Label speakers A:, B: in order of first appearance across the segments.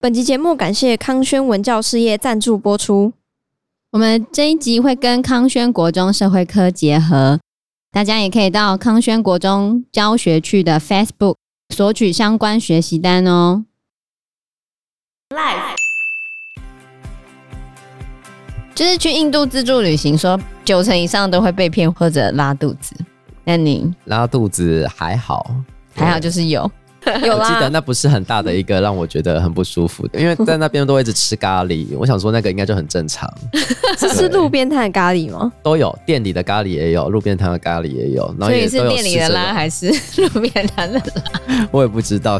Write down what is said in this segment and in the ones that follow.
A: 本集节目感谢康轩文教事业赞助播出。
B: 我们这一集会跟康轩国中社会科结合，大家也可以到康轩国中教学区的 Facebook 索取相关学习单哦。就是去印度自助旅行，说九成以上都会被骗或者拉肚子。那你
C: 拉肚子还好，
B: 还好就是有，有
C: 我记得
B: 啦。
C: 那不是很大的一个让我觉得很不舒服的，因为在那边都会一直吃咖喱，我想说那个应该就很正常，
A: 是吃路边摊的咖喱吗？
C: 都有店里的咖喱也有，路边摊的咖喱也有，然后
B: 所以
C: 也
B: 是
C: 都有
B: 店里的
C: 吃这
B: 拉
C: 种
B: 还是 路边摊的拉？
C: 我也不知道，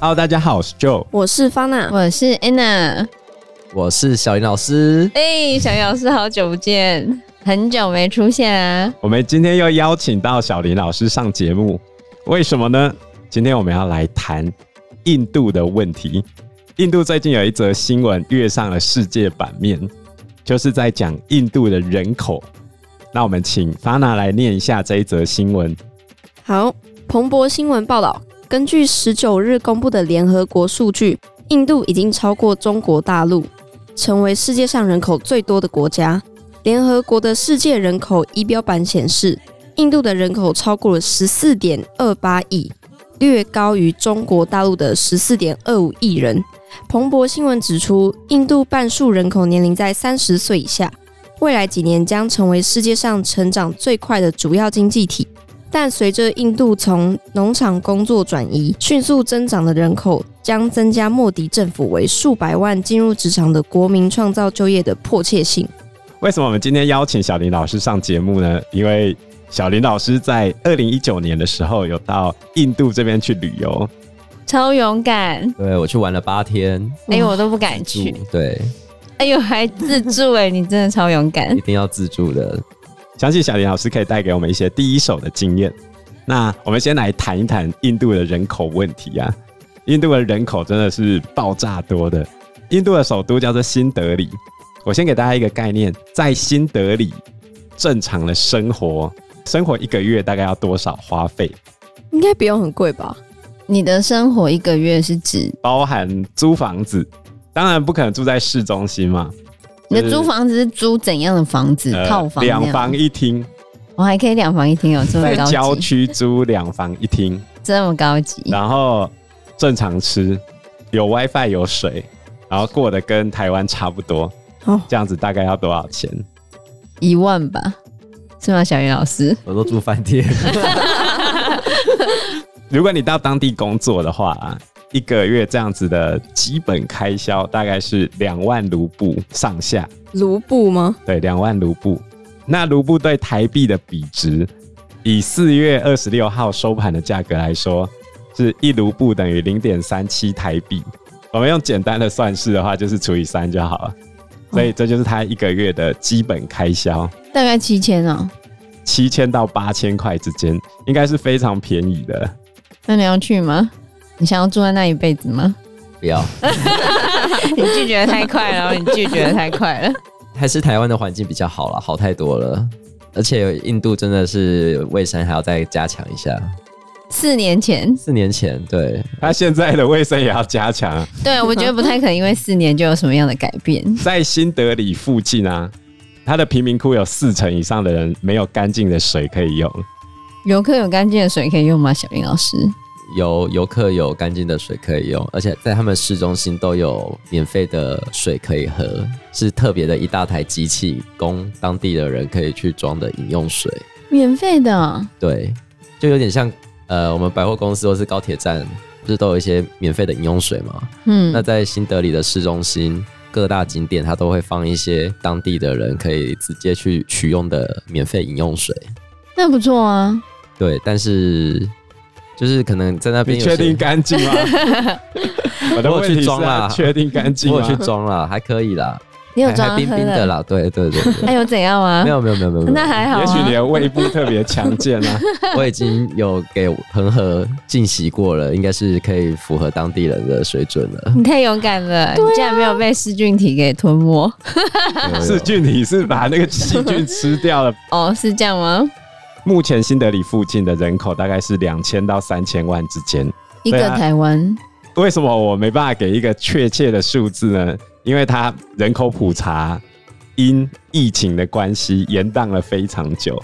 D: Hello，大家好，我是 Joe。
A: 我是方娜，
B: 我是 Anna，
C: 我是小林老师，
B: 哎、小姚是好久不见，很久没出现啊。
D: 我们今天又邀请到小林老师上节目，为什么呢？今天我们要来谈印度的问题。印度最近有一则新闻跃上了世界版面，就是在讲印度的人口。那我们请 Fana 来念一下这一则新闻。
A: 好，彭博新闻报道，根据十九日公布的联合国数据，印度已经超过中国大陆，成为世界上人口最多的国家。联合国的世界人口仪表板显示，印度的人口超过了十四点二八亿，略高于中国大陆的十四点二五亿人。彭博新闻指出，印度半数人口年龄在三十岁以下，未来几年将成为世界上成长最快的主要经济体。但随着印度从农场工作转移，迅速增长的人口将增加莫迪政府为数百万进入职场的国民创造就业的迫切性。
D: 为什么我们今天邀请小林老师上节目呢？因为小林老师在二零一九年的时候有到印度这边去旅游，
B: 超勇敢，
C: 对我去玩了八天，
B: 哎、我都不敢
C: 住
B: 去，
C: 对，
B: 哎呦，还自助哎、你真的超勇敢
C: 一。定要自助的，
D: 相信小林老师可以带给我们一些第一手的经验。那我们先来谈一谈印度的人口问题啊，印度的人口真的是爆炸多的。印度的首都叫做新德里，我先给大家一个概念，在新德里正常的生活，生活一个月大概要多少花费？
A: 应该不用很贵吧？
B: 你的生活一个月是指
D: 包含租房子，当然不可能住在市中心嘛，
B: 你的
D: 就是
B: 租房子是租怎样的房子？
D: 呃
B: 套房那样？
D: 两房一厅，
B: 我还可以两房一厅哦，这
D: 在
B: 么
D: 郊
B: 高级，
D: 区租两房一厅，
B: 这么高级。
D: 然后正常吃，有 WiFi 有水，然后过得跟台湾差不多，
A: 哦，
D: 这样子大概要多少钱？
B: 一万吧，是吗，小云老师？
C: 我都住饭店，
D: 如果你到当地工作的话、啊，一个月这样子的基本开销大概是两万卢布上下，
A: 卢布吗？
D: 对，两万卢布。那卢布对台币的比值，以四月二十六号收盘的价格来说，是一卢布等于零点三七台币。我们用简单的算式的话，就是除以三就好了。所以这就是他一个月的基本开销，
B: 大概七千哦。
D: 七千到八千块之间，应该是非常便宜的。
B: 那你要去吗？你想要住在那一辈子吗？
C: 不要，
B: 你拒绝得太快了哦，你拒绝得太快了。
C: 还是台湾的环境比较好啦，好太多了。而且印度真的是卫生还要再加强一下。
B: 四年前，
C: 四年前，对，
D: 他现在的卫生也要加强，啊
B: 对我觉得不太可能，因为四年就有什么样的改 变。
D: 在新德里附近啊，他的贫民窟有四成以上的人没有干净的水可以用。
B: 游客有干净的水可以用吗？小林老师，
C: 有游客有干净的水可以用，而且在他们市中心都有免费的水可以喝，是特别的一大台机器供当地的人可以去装的饮用水。
B: 免费的哦、
C: 对，就有点像呃，我们百货公司或是高铁站，不是都有一些免费的饮用水吗？
B: 嗯，
C: 那在新德里的市中心各大景点，它都会放一些当地的人可以直接去取用的免费饮用水。
B: 那不错啊。
C: 对，但是就是可能在那边
D: 你
C: 有
D: 确
C: 些
D: 定干净 吗？我的
C: 我有
D: 问
C: 去
D: 题是
C: 装
D: 要
C: 啦
D: 确定干净
C: 我
D: 吗
C: 有？去装啦，还可以啦，
B: 你有
C: 还
B: 装
C: 还冰冰
B: 喝
C: 的啦，对 对对
B: 那
C: 对，
B: 有怎样吗？
C: 没，有没有没有没有，没有
B: 那还好、啊。
D: 也许你的胃部特别强健 啊，
C: 我已经有给恒河进习过了，应该是可以符合当地人的水 准了。
B: 你太勇敢了，你竟然没有被噬菌体给吞没。
C: 有有
D: 是菌体是把那个细菌吃 掉了。
B: 哦，是这样吗？
D: 目前新德里附近的人口大概是两千到三千万之间，
B: 一个
D: 对啊
B: 台湾，
D: 为什么我没办法给一个确切的数字呢？因为它人口普查因疫情的关系延宕了非常久，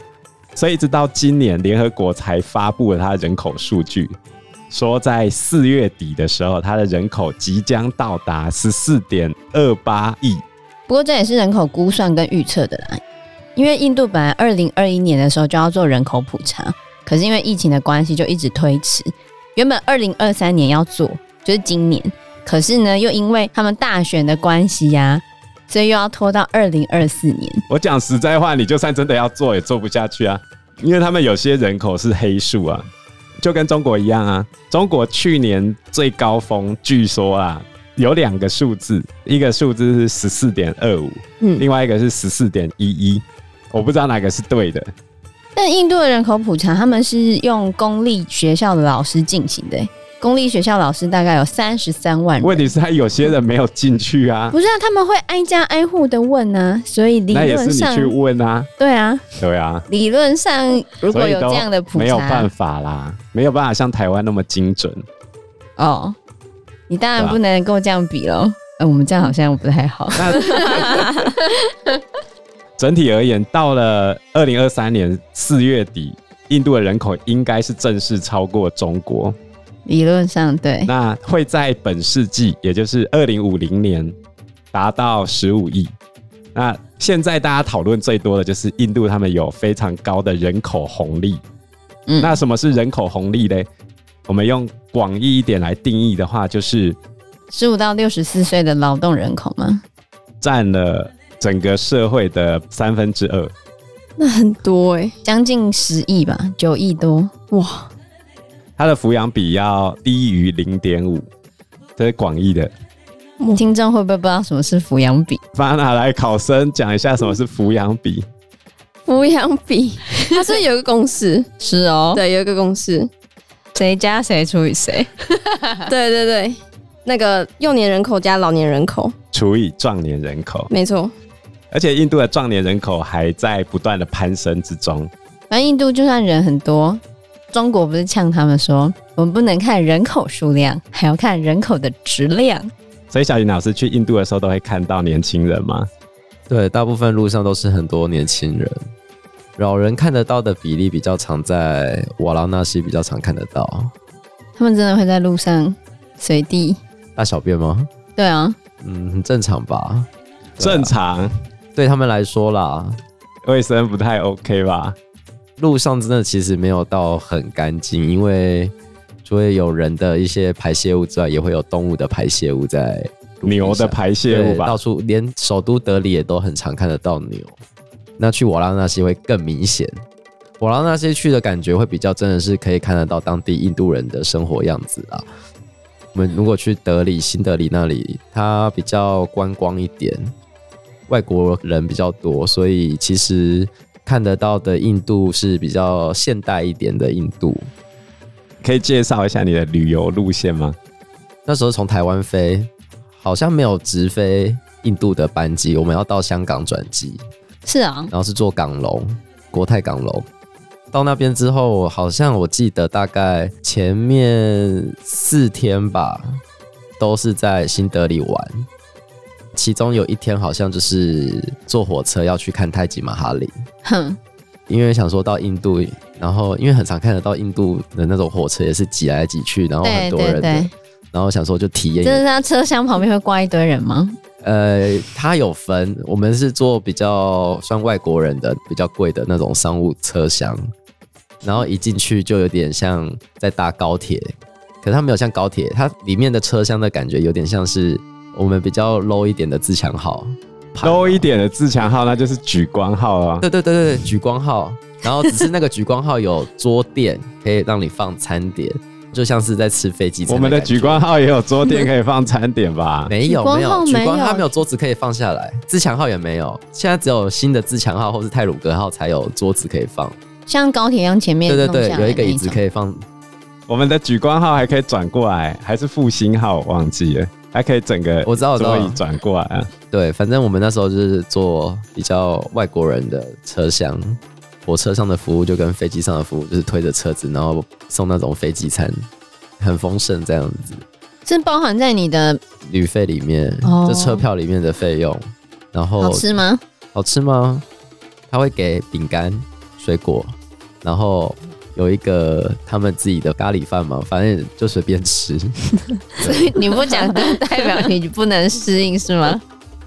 D: 所以一直到今年联合国才发布了它的人口数据，说在四月底的时候，它的人口即将到达十四点二八亿。
B: 不过这也是人口估算跟预测的啦，因为印度本来二零二一年的时候就要做人口普查，可是因为疫情的关系就一直推迟。原本二零二三年要做，就是今年，可是呢又因为他们大选的关系呀、所以又要拖到二零二四年。
D: 我讲实在话，你就算真的要做，也做不下去啊，因为他们有些人口是黑数啊，就跟中国一样啊。中国去年最高峰，据说啊，有两个数字，一个数字是十四点二五，
A: 嗯
D: 另外一个是十四点一一，我不知道哪个是对的。
B: 但印度的人口普查，他们是用公立学校的老师进行的欸、公立学校老师大概有三十三万人。
D: 问题是，他有些人没有进去啊，
B: 不是啊，他们会挨家挨户的问啊，所以理
D: 那也是
B: 论
D: 你
B: 上
D: 去问啊，
B: 对啊，
D: 对啊，
B: 理论上如果
D: 所以
B: 有
D: 都
B: 这样的普查，
D: 没有办法啦，没有办法像台湾那么精准。
B: 哦，你当然
D: 对啊
B: 不能跟我这样比喽。呃，我们这样好像不太好。
D: 整体而言，到了二零二三年四月底，印度的人口应该是正式超过中国。
B: 理论上对，
D: 那会在本世纪，也就是二零五零年，达到十五亿。那现在大家讨论最多的就是印度，他们有非常高的人口红利。
B: 嗯
D: 那什么是人口红利嘞？我们用广义一点来定义的话，就是
B: 十五到六十四岁的劳动人口嘛，
D: 占了整个社会的三分之二。
A: 那很多哎、
B: 将近十亿吧，九亿多。欸
A: 哇，
D: 它的抚养比要低于零点五，这是广义的。
A: 哇
B: 听众会不会不知道什么是抚养比？
D: 巴拿来考生讲一下什么是抚养比。
A: 抚养比，它是有一个公式，
B: 是哦，
A: 对，有一个公 式，
B: 谁加谁除以谁。
A: 对对对，那个幼年人口加老年人口，
D: 除以壮年人口，
A: 没错，
D: 而且印度的壮年人口还在不断的攀升之中。
B: 反正印度就算人很多，中国不是呛他们说，我们不能看人口数量，还要看人口的质量。
D: 所以小林老师去印度的时候都会看到年轻人嘛，
C: 对，大部分路上都是很多年轻人，老人看得到的比例比较常在瓦拉纳西比较常看得到。
B: 他们真的会在路上随地？
C: 大小便吗？
B: 对啊，
C: 嗯，很正常吧？对啊
D: 正常，
C: 对他们来说啦，
D: 卫生不太 OK 吧？
C: 路上真的其实没有到很干净，因为除了有人的一些排泄物之外，也会有动物的排泄物在路上
D: 牛的排泄物
C: 对到
D: 吧，
C: 处连首都德里也都很常看得到牛。那去瓦拉纳西会更明显，瓦拉纳西去的感觉会比较真的是可以看得到当地印度人的生活样子啊。我们如果去德里、新德里那里，它比较观光一点，外国人比较多，所以其实看得到的印度是比较现代一点的印度。
D: 可以介绍一下你的旅游路线吗？
C: 那时候从台湾飞，好像没有直飞印度的班机，我们要到香港转机。
B: 是啊，
C: 然后是坐港龙，国泰港龙。到那边之后，好像我记得大概前面四天吧，都是在新德里玩。其中有一天好像就是坐火车要去看泰姬玛哈陵，
B: 哼，
C: 因为想说到印度，然后因为很常看得到印度的那种火车也是挤来挤去，然后哦
B: 对
C: 很多人
B: 对
C: 的，
B: 对，
C: 然后想说就体验一
B: 就是他车厢旁边会挂一堆人吗？
C: 呃，它有分，我们是坐比较算外国人的比较贵的那种商务车厢，然后一进去就有点像在搭高铁，可是它没有像高铁，它里面的车厢的感觉有点像是我们比较 low 一点的自强号盘
D: 多一点的自强号，那就是举光号了。
C: 对对对对，对，举光号，然后只是那个举光号有桌垫，可以让你放餐点，就像是在吃飞机餐
D: 我们的
C: 感觉
D: 举光号也有桌垫可以放餐点吧？
C: 啊没有
B: 举光
C: 没有，
B: 号
C: 举
B: 没
C: 光
B: 有
C: 它没有桌子可以放下来，自强号也没有，现在只有新的自强号或是泰鲁格号才有桌子可以放。
B: 像高铁一样前面
C: 对对对，有一个椅
B: 椅
C: 子可
B: 以。
C: 以放。
D: 我们的举光号还可以转过来，还是复兴号，我忘记了，还可以整个
C: 我知道我知道
D: 座椅转过来啊。
C: 对，反正我们那时候就是坐比较外国人的车厢，火车上的服务就跟飞机上的服务就是推着车子，然后送那种飞机餐，很丰盛这样子。
B: 这包含在你的
C: 旅费里面，
B: 哦
C: 这车票里面的费用，然后
B: 好吃吗？
C: 好吃吗？他会给饼干、水果，然后有一个他们自己的咖喱饭嘛，反正就随便吃。
B: 你不讲，代表你不能适应是吗？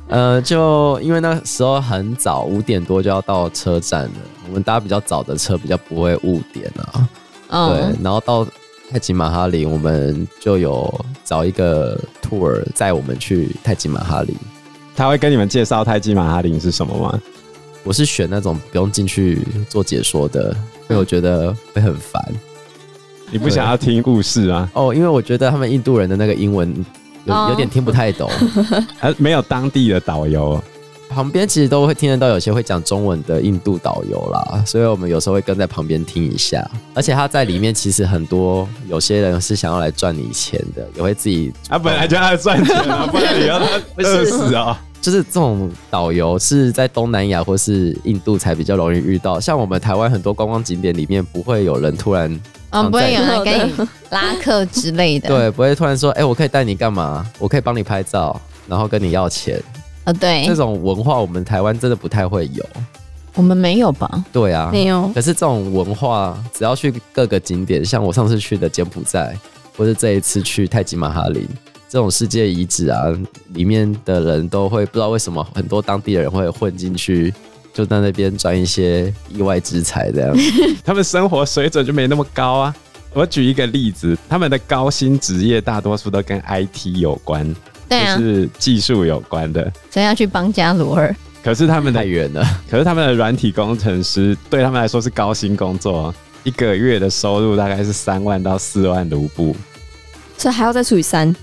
C: 呃，就因为那时候很早，五点多就要到车站了，我们搭比较早的车，比较不会误点啊。
B: 嗯
C: 对，然后到泰姬玛哈里，我们就有找一个 tour 载我们去泰姬玛哈里。
D: 他会跟你们介绍泰姬玛哈林是什么吗？
C: 我是选那种不用进去做解说的，因为我觉得会很烦。
D: 你不想要听故事啊？
C: 哦，因为我觉得他们印度人的那个英文有
B: 哦
C: 有点听不太懂，
D: 还啊没有当地的导游，
C: 旁边其实都会听得到有些会讲中文的印度导游啦，所以我们有时候会跟在旁边听一下。而且他在里面其实很多有些人是想要来赚你钱的，也会自己
D: 他啊本来就要赚钱啊，不然你要他
C: 不是
D: 饿死啊！
C: 就是这种导游是在东南亚或是印度才比较容易遇到，像我们台湾很多观光景点里面不会有人突然
B: 嗯，不会有人跟你拉客之类的。
C: 对不会突然说，哎、我可以带你干嘛？我可以帮你拍照，然后跟你要钱。
B: 哦，对
C: 这，种文化我们台湾真的不太会有。
B: 我们没有吧？
C: 对啊，
A: 没有
C: 可是这种文化，只要去各个景点，像我上次去的柬埔寨，或是这一次去泰姬玛哈林，这种世界遗址啊，里面的人都会不知道为什么，很多当地的人会混进去，就在那边赚一些意外之财 这样。
D: 他们生活水准就没那么高啊。我举一个例子，他们的高薪职业大多数都跟 IT 有关，
B: 对啊
D: 就，是技术有关的。
B: 所以要去帮加罗尔。
D: 可是他们的
C: 太远了，
D: 可是他们的软体工程师对他们来说是高薪工作，一个月的收入大概是三万到四万卢布，
A: 所以还要再除以三。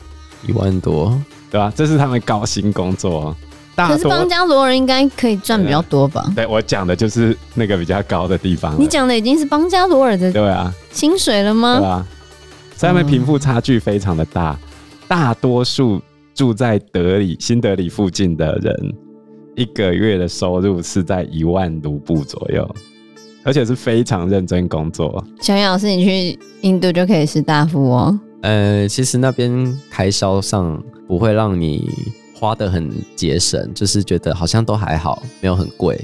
C: 一万多，
D: 对吧？这是他们高薪工作，大
B: 可是帮
D: 多
B: 加罗尔应该可以赚比较多吧？
D: 对我讲的就是那个比较高的地方了。
B: 你讲嗯的已经是帮加罗尔的
D: 对啊，
B: 薪水了
D: 对
B: 吗？
D: 啊，所以他们贫富差距非常的大，大多数住在德里、新德里附近的人，一个月的收入是在一万卢布左右，而且是非常认真工作。
B: 小杨老师，你去印度就可以是大富翁。
C: 呃，其实那边开销上不会让你花得很节省，就是觉得好像都还好，没有很贵，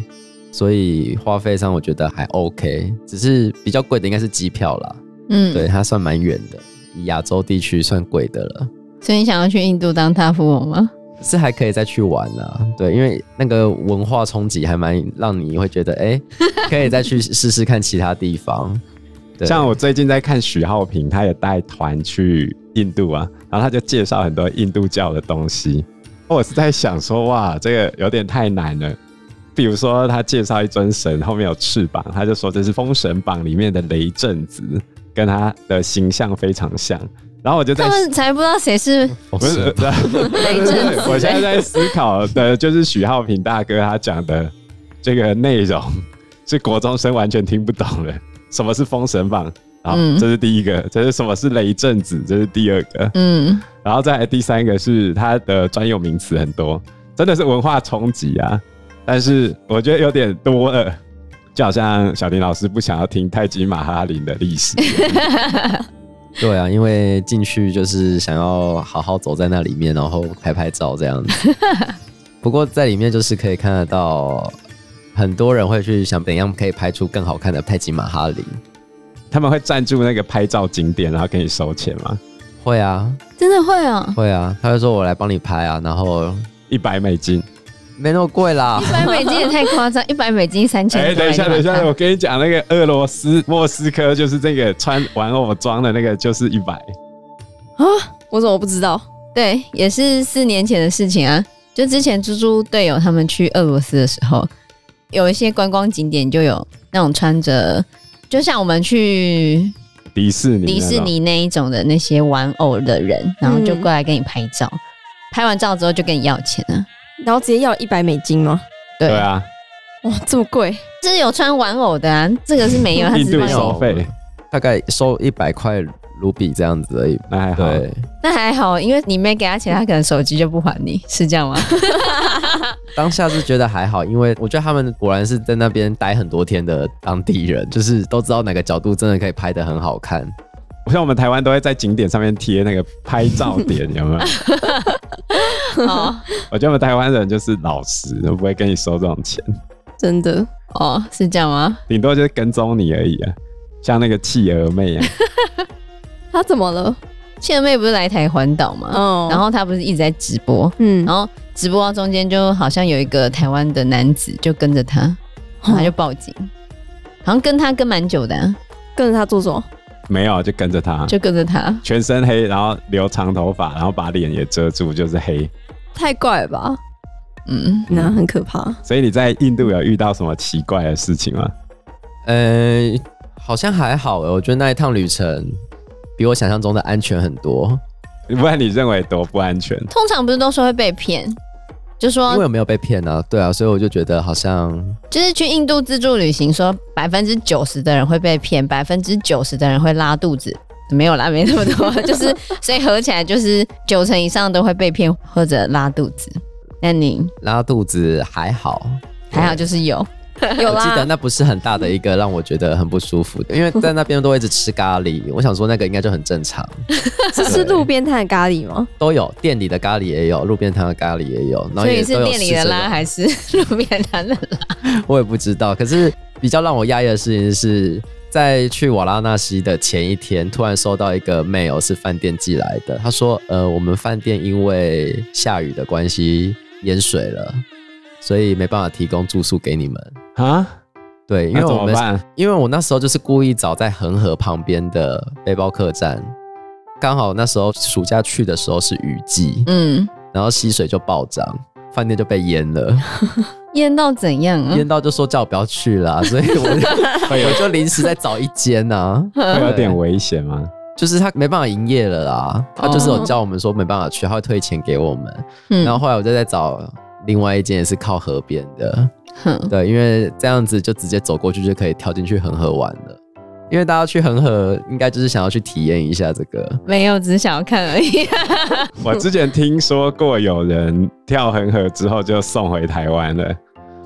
C: 所以花费上我觉得还 OK，只是比较贵的应该是机票啦，
B: 嗯，
C: 对，。它算蛮远的，以亚洲地区算贵的了。
B: 所以你想要去印度当大富翁吗？
C: 是还可以再去玩啊，对，因为那个文化冲击还蛮让你会觉得，哎、可以再去试试看其他地方。对
D: 像我最近在看许浩平，他也带团去印度啊，然后他就介绍很多印度教的东西。我是在想说，哇，这个有点太难了。比如说，他介绍一尊神后面有翅膀，他就说这是《封神榜》里面的雷震子，跟他的形象非常像。然后我就在
B: 他们才不知道谁是
C: 哦
D: 不是，不是
B: 雷震子。
D: 我现在在思考的就是许浩平大哥他讲的这个内容，是国中生完全听不懂的。什么是《封神榜》？好，
B: 嗯
D: 这是第一个。这是什么是雷震子？这是第二个。
B: 嗯，
D: 然后再来第三个是他的专有名词很多，真的是文化冲击啊。但是我觉得有点多了，就好像小林老师不想要听泰姬玛哈林的 历史。
C: 对啊，因为进去就是想要好好走在那里面，然后拍拍照这样子。 不过在里面就是可以看得到，很多人会去想怎样可以拍出更好看的泰姬玛哈林。
D: 他们会赞助那个拍照景点，然后给你收钱吗？
C: 会啊，
B: 真的会哦。
C: 会啊，他会说我来帮你拍啊，然后
D: 一百美金。
C: 没那么贵啦。
B: 一百美金也太夸张，一百美金三千。
D: 哎、等一下，等一下，我跟你讲，那个俄罗斯莫斯科就是这个穿玩偶装的那个，就是一百。
A: 啊我怎么不知道？
B: 对，也是四年前的事情啊。就之前猪猪队友他们去俄罗斯的时候，有一些观光景点就有那种穿着，就像我们去
D: 迪士尼，
B: 迪士，尼那一种的那些玩偶的人，然后就过来跟你拍照，拍完照之后就跟你要钱啊。
A: 然后直接要一百美金吗？
B: 对
D: 对啊，
A: 哇，这么贵！
B: 这是有穿玩偶的啊，这个是没有，他只
D: 印
B: 是
D: 度
B: 帮你
D: 收费，
C: 大概收一百块卢比这样子而已。
D: 那还好。
C: 对，
B: 那还好，因为你没给他钱，他可能手机就不还你，是这样吗？
C: 当下是觉得还好，因为我觉得他们果然是在那边待很多天的当地人，就是都知道哪个角度真的可以拍得很好看。
D: 像我们台湾都会在景点上面贴那个拍照点，有 没有？
B: 哦
D: 我觉得我们台湾人就是老实，不会跟你收这种钱，
A: 真的
B: 哦，是这样吗？
D: 顶多就是跟踪你而已啊。像那个企鹅 妹啊，
A: 他啊怎么了？
B: 倩妹不是来台环岛吗？
A: 哦
B: 然后她不是一直在直播，
A: 嗯
B: 然后直播到中间就好像有一个台湾的男子就跟着她，然后她就报警，好像跟她跟蛮久的啊、
A: 跟着他做什么？
D: 没有就跟着她，
B: 就跟着她。
D: 全身黑，然后留长头发，然后把脸也遮住，就是黑。
A: 太怪了吧？
B: 嗯，
A: 那、很可怕。
D: 所以你在印度有遇到什么奇怪的事情吗？
C: 呃，好像还好、欸，我觉得那一趟旅程比我想象中的安全很多，
D: 不然你认为多不安全？
B: 通常不是都说会被骗，就
C: 因为
B: 说
C: 我没有被骗啊，对啊，所以我就觉得好像
B: 就是去印度自助旅行，说百分之九十的人会被骗，百分之九十的人会拉肚子。没有啦，没那么多， 就是所以合起来就是九成以上都会被骗或者拉肚子。那你
C: 拉肚子还好，
B: 还好就是有，
A: 有
C: 我记得
A: 啦，
C: 那不是很大的一个让我觉得很不舒服 的，因为在那边都一直吃咖喱，我想说那个应该就很正常，
A: 这是路边摊的咖喱吗？
C: 都有店里的咖喱也有，路边摊的咖喱也有，然后
B: 所
C: 也
B: 以是
C: 都有
B: 店里的
C: 试着
B: 拉还是 路边摊的拉？
C: 我也不知道。可是比较让我讶异的事情是，在去瓦拉纳西的前一天，突然收到一个 mail 是饭店寄来的，他说：“呃，我们饭店因为下雨的关系淹水了，所以没办法提供住宿给你们。
D: 啊？”
C: 对，因为
D: 那怎
C: 我
D: 么
C: 们
D: 办？
C: 因为我那时候就是故意找在恒河旁边的背包客栈，刚好那时候暑假去的时候是雨季，
B: 嗯，
C: 然后溪水就暴涨，饭店就被淹了。
B: 淹到怎样啊
C: 淹？到就说叫我不要去 啦，所以我就
B: 哎
C: 我就临时再找一间呐、 啊，
D: 会有点危险吗？
C: 就是他没办法营业了啦，他就是有叫我们说没办法去，他会退钱给我们，
B: 哦嗯
C: 然后后来我就在找另外一间也是靠河边的，
B: 哼
C: 对，因为这样子就直接走过去就可以跳进去恒河玩了。因为大家去恒河，应该就是想要去体验一下这个，
B: 没有，只是想要看而已。
D: 我之前听说过有人跳恒河之后就送回台湾了，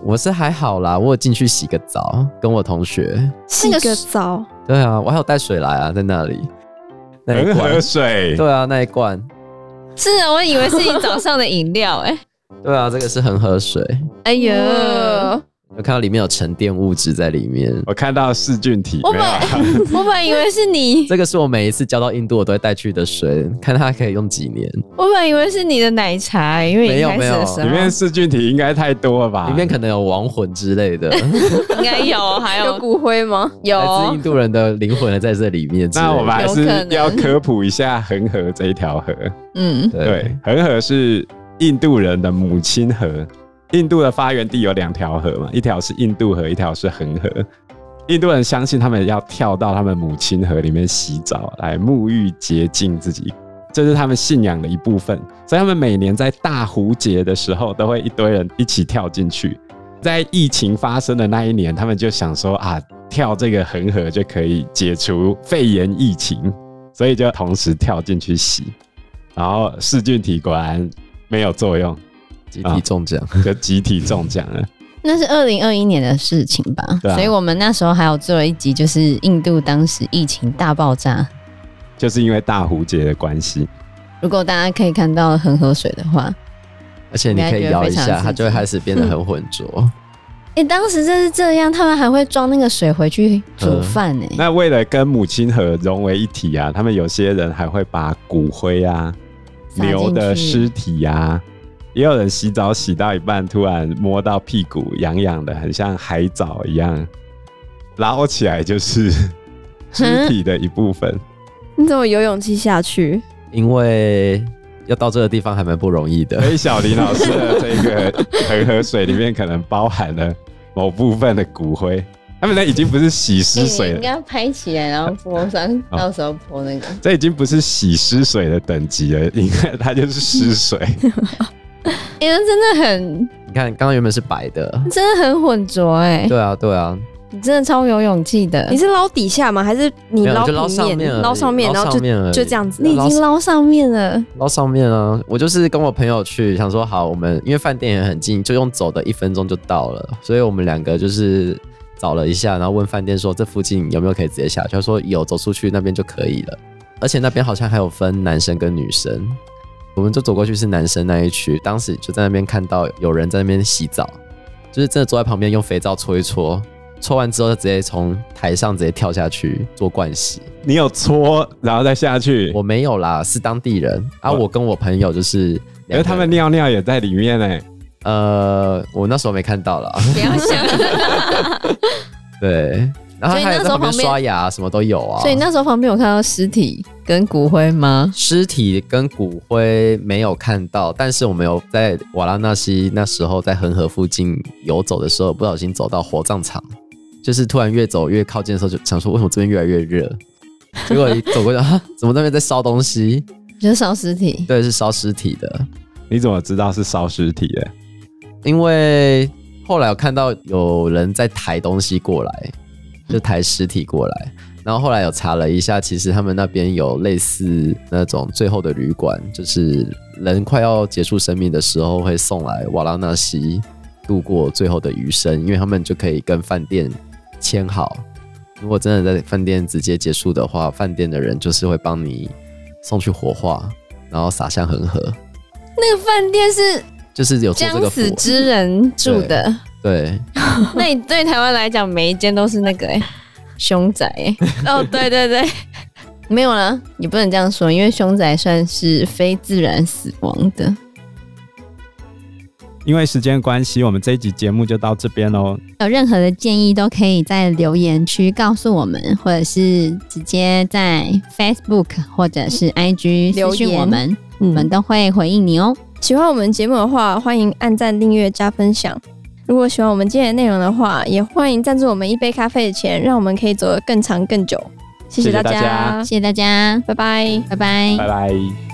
C: 我是还好啦，我有进去洗个澡，跟我同学。
A: 洗
B: 那个
A: 个
B: 是
A: 澡，
C: 对啊，我还有带水来啊，在那里。那一
D: 恒河
C: 罐，
D: 水。
C: 对啊，那一罐，
B: 是啊，我以为是你早上的饮料、哎，
C: 对啊，这个是恒河水。
B: 哎呀，
A: 哇
C: 我看到里面有沉淀物质在里面。
D: 我看到噬菌体，
B: 我
D: 没
B: 本
D: 有啊
B: 我本来以为是 你，
C: 这个是我每一次交到印度，我都会带去的水，看它可以用几年。
B: 我本来以为是你的奶茶、哎因为
C: 没
B: 一
C: 有
B: 开始的时
C: 没
D: 里面
B: 候
D: 噬菌体应该太多了吧？
C: 里面可能有亡魂之类 的，
B: 应该 有，还
A: 有
B: 有
A: 骨灰吗？
C: 来自
B: 有
C: 印，度人的灵魂在这里面之类的。
D: 那我们还是
B: 有可能
D: 要科普一下恒河这一条河。
B: 嗯
D: 对，，恒河是印度人的母亲河。印度的发源地有两条河嘛，一条是印度河，一条是恒河。印度人相信他们要跳到他们母亲河里面洗澡，来沐浴洁净自己，这是他们信仰的一部分。所以他们每年在大壶节的时候，都会一堆人一起跳进去。在疫情发生的那一年，他们就想说啊，跳这个恒河就可以解除肺炎疫情，所以就同时跳进去洗。然后噬菌体果然没有作用，
C: 集体中奖。
D: 就集体中奖了。
B: 那是二零二一年的事情吧，
D: 对啊
B: 所以我们那时候还有做了一集，就是印度当时疫情大爆炸。
D: 就是因为大蝴蝶的关系，
B: 如果大家可以看到恒河水的话，
C: 而且你可以摇一下，它就会开始变得很浑 浊。
B: 哎、当时真是这样，他们还会装那个水回去
C: 嗯
B: 煮饭呢、
D: 那为了跟母亲河融为一体啊，他们有些人还会把骨灰啊、
B: 撒进去哎
D: 牛的尸体啊，也有人洗澡洗到一半，突然摸到屁股痒痒的，很像海藻一样，捞起来就是 肢体的一部分。
A: 你怎么有勇气下去？
C: 因为要到这个地方还蛮不容 易的
D: 所。以哎小林老师的这个恒河水里面可能包含了某部分的骨灰，他们那已经不是洗
B: 诶
D: 尸水
B: 你
D: 了
B: 哎应。
D: 哦
B: 该拍起来，然后泼 上，
D: 好
B: 到时候泼那个。
D: 这已经不是洗湿水的等级了，因为它就是 湿水。
B: 哎、那真的很，
C: 你看，刚刚原本是白的。
B: 真的很浑浊哎，
C: 对啊，对啊，
B: 你真的超有勇气的
A: 你。是捞底下吗？还是你
C: 没有
A: 捞
C: 就捞上
A: 平
C: 面而已，
A: 面？捞上面，然后就
C: 而已
A: 就这样子
B: 你已经捞上面了，
C: 捞上面啊！我就是跟我朋友去，想说好，我们因为饭店也很近，就用走的一分钟就到了，所以我们两个就是找了一下，然后问饭店说这附近有没有可以直接下去，他说有，走出去那边就可以了。而且那边好像还有分男生跟女生。我们就走过去是男生那一区，当时就在那边看到有人在那边洗澡，就是真的坐在旁边用肥皂搓一搓，搓完之后就直接从台上直接跳下去做盥洗。
D: 你有搓，然后再下去，
C: 我没有啦，是当地人啊，
D: 我
C: 我跟我朋友就是
D: 因
C: 两个人，
D: 为哎他们尿尿也在里面哎、
C: 呃，我那时候没看到啦。
B: 不要想。
C: 对，然后
B: 所以
C: 他
B: 那
C: 有
B: 时
C: 在
B: 候
C: 旁边
B: 旁边
C: 刷牙，什么都有啊。
B: 所以那时候旁边有看到尸体跟骨灰吗？
C: 尸体跟骨灰没有看到，但是我们有在瓦拉纳西那时候在恒河附近游走的时候，不小心走到火葬场，就是突然越走越靠近的时候，就想说为什么这边越来越热， 结果一走过去，啊，怎么那边在烧东西？
B: 就是烧尸体。
C: 对，是烧尸体的，
D: 你怎么知道是烧尸体的？
C: 因为后来我看到有人在抬东西过来，就抬尸体过来。然后后来有查了一下，其实他们那边有类似那种最后的旅馆，就是人快要结束生命的时候会送来瓦拉纳西度过最后的余生，因为他们就可以跟饭店签好，如果真的在饭店直接结束的话，饭店的人就是会帮你送去火化，然后撒向恒河，
B: 那个饭店是
C: 就是有做这
B: 将
C: 个服
B: 死
C: 务。
B: 之人住的，
C: 对，
B: 那你对台湾来讲，每一间都是那个、欸、凶宅、欸。
A: 哦，对对对，
B: 没有啦，你不能这样说，因为凶宅算是非自然死亡的。
D: 因为时间关系，我们这一集节目就到这边喽。
B: 有任何的建议都可以在留言区告诉我们，或者是直接在 Facebook 或者是
A: 嗯
B: IG
A: 留
B: 私讯
A: 言
B: 我们，我
A: 嗯
B: 们都会回应你哦。
A: 喜欢我们节目的话，欢迎按赞、订阅、加分享。如果喜欢我们今天的内容的话，也欢迎赞助我们一杯咖啡的钱，让我们可以走得更长更久。谢
D: 谢谢
A: 大
D: 大家
B: 谢谢大家，
A: 拜拜。
B: 拜拜
D: 拜拜。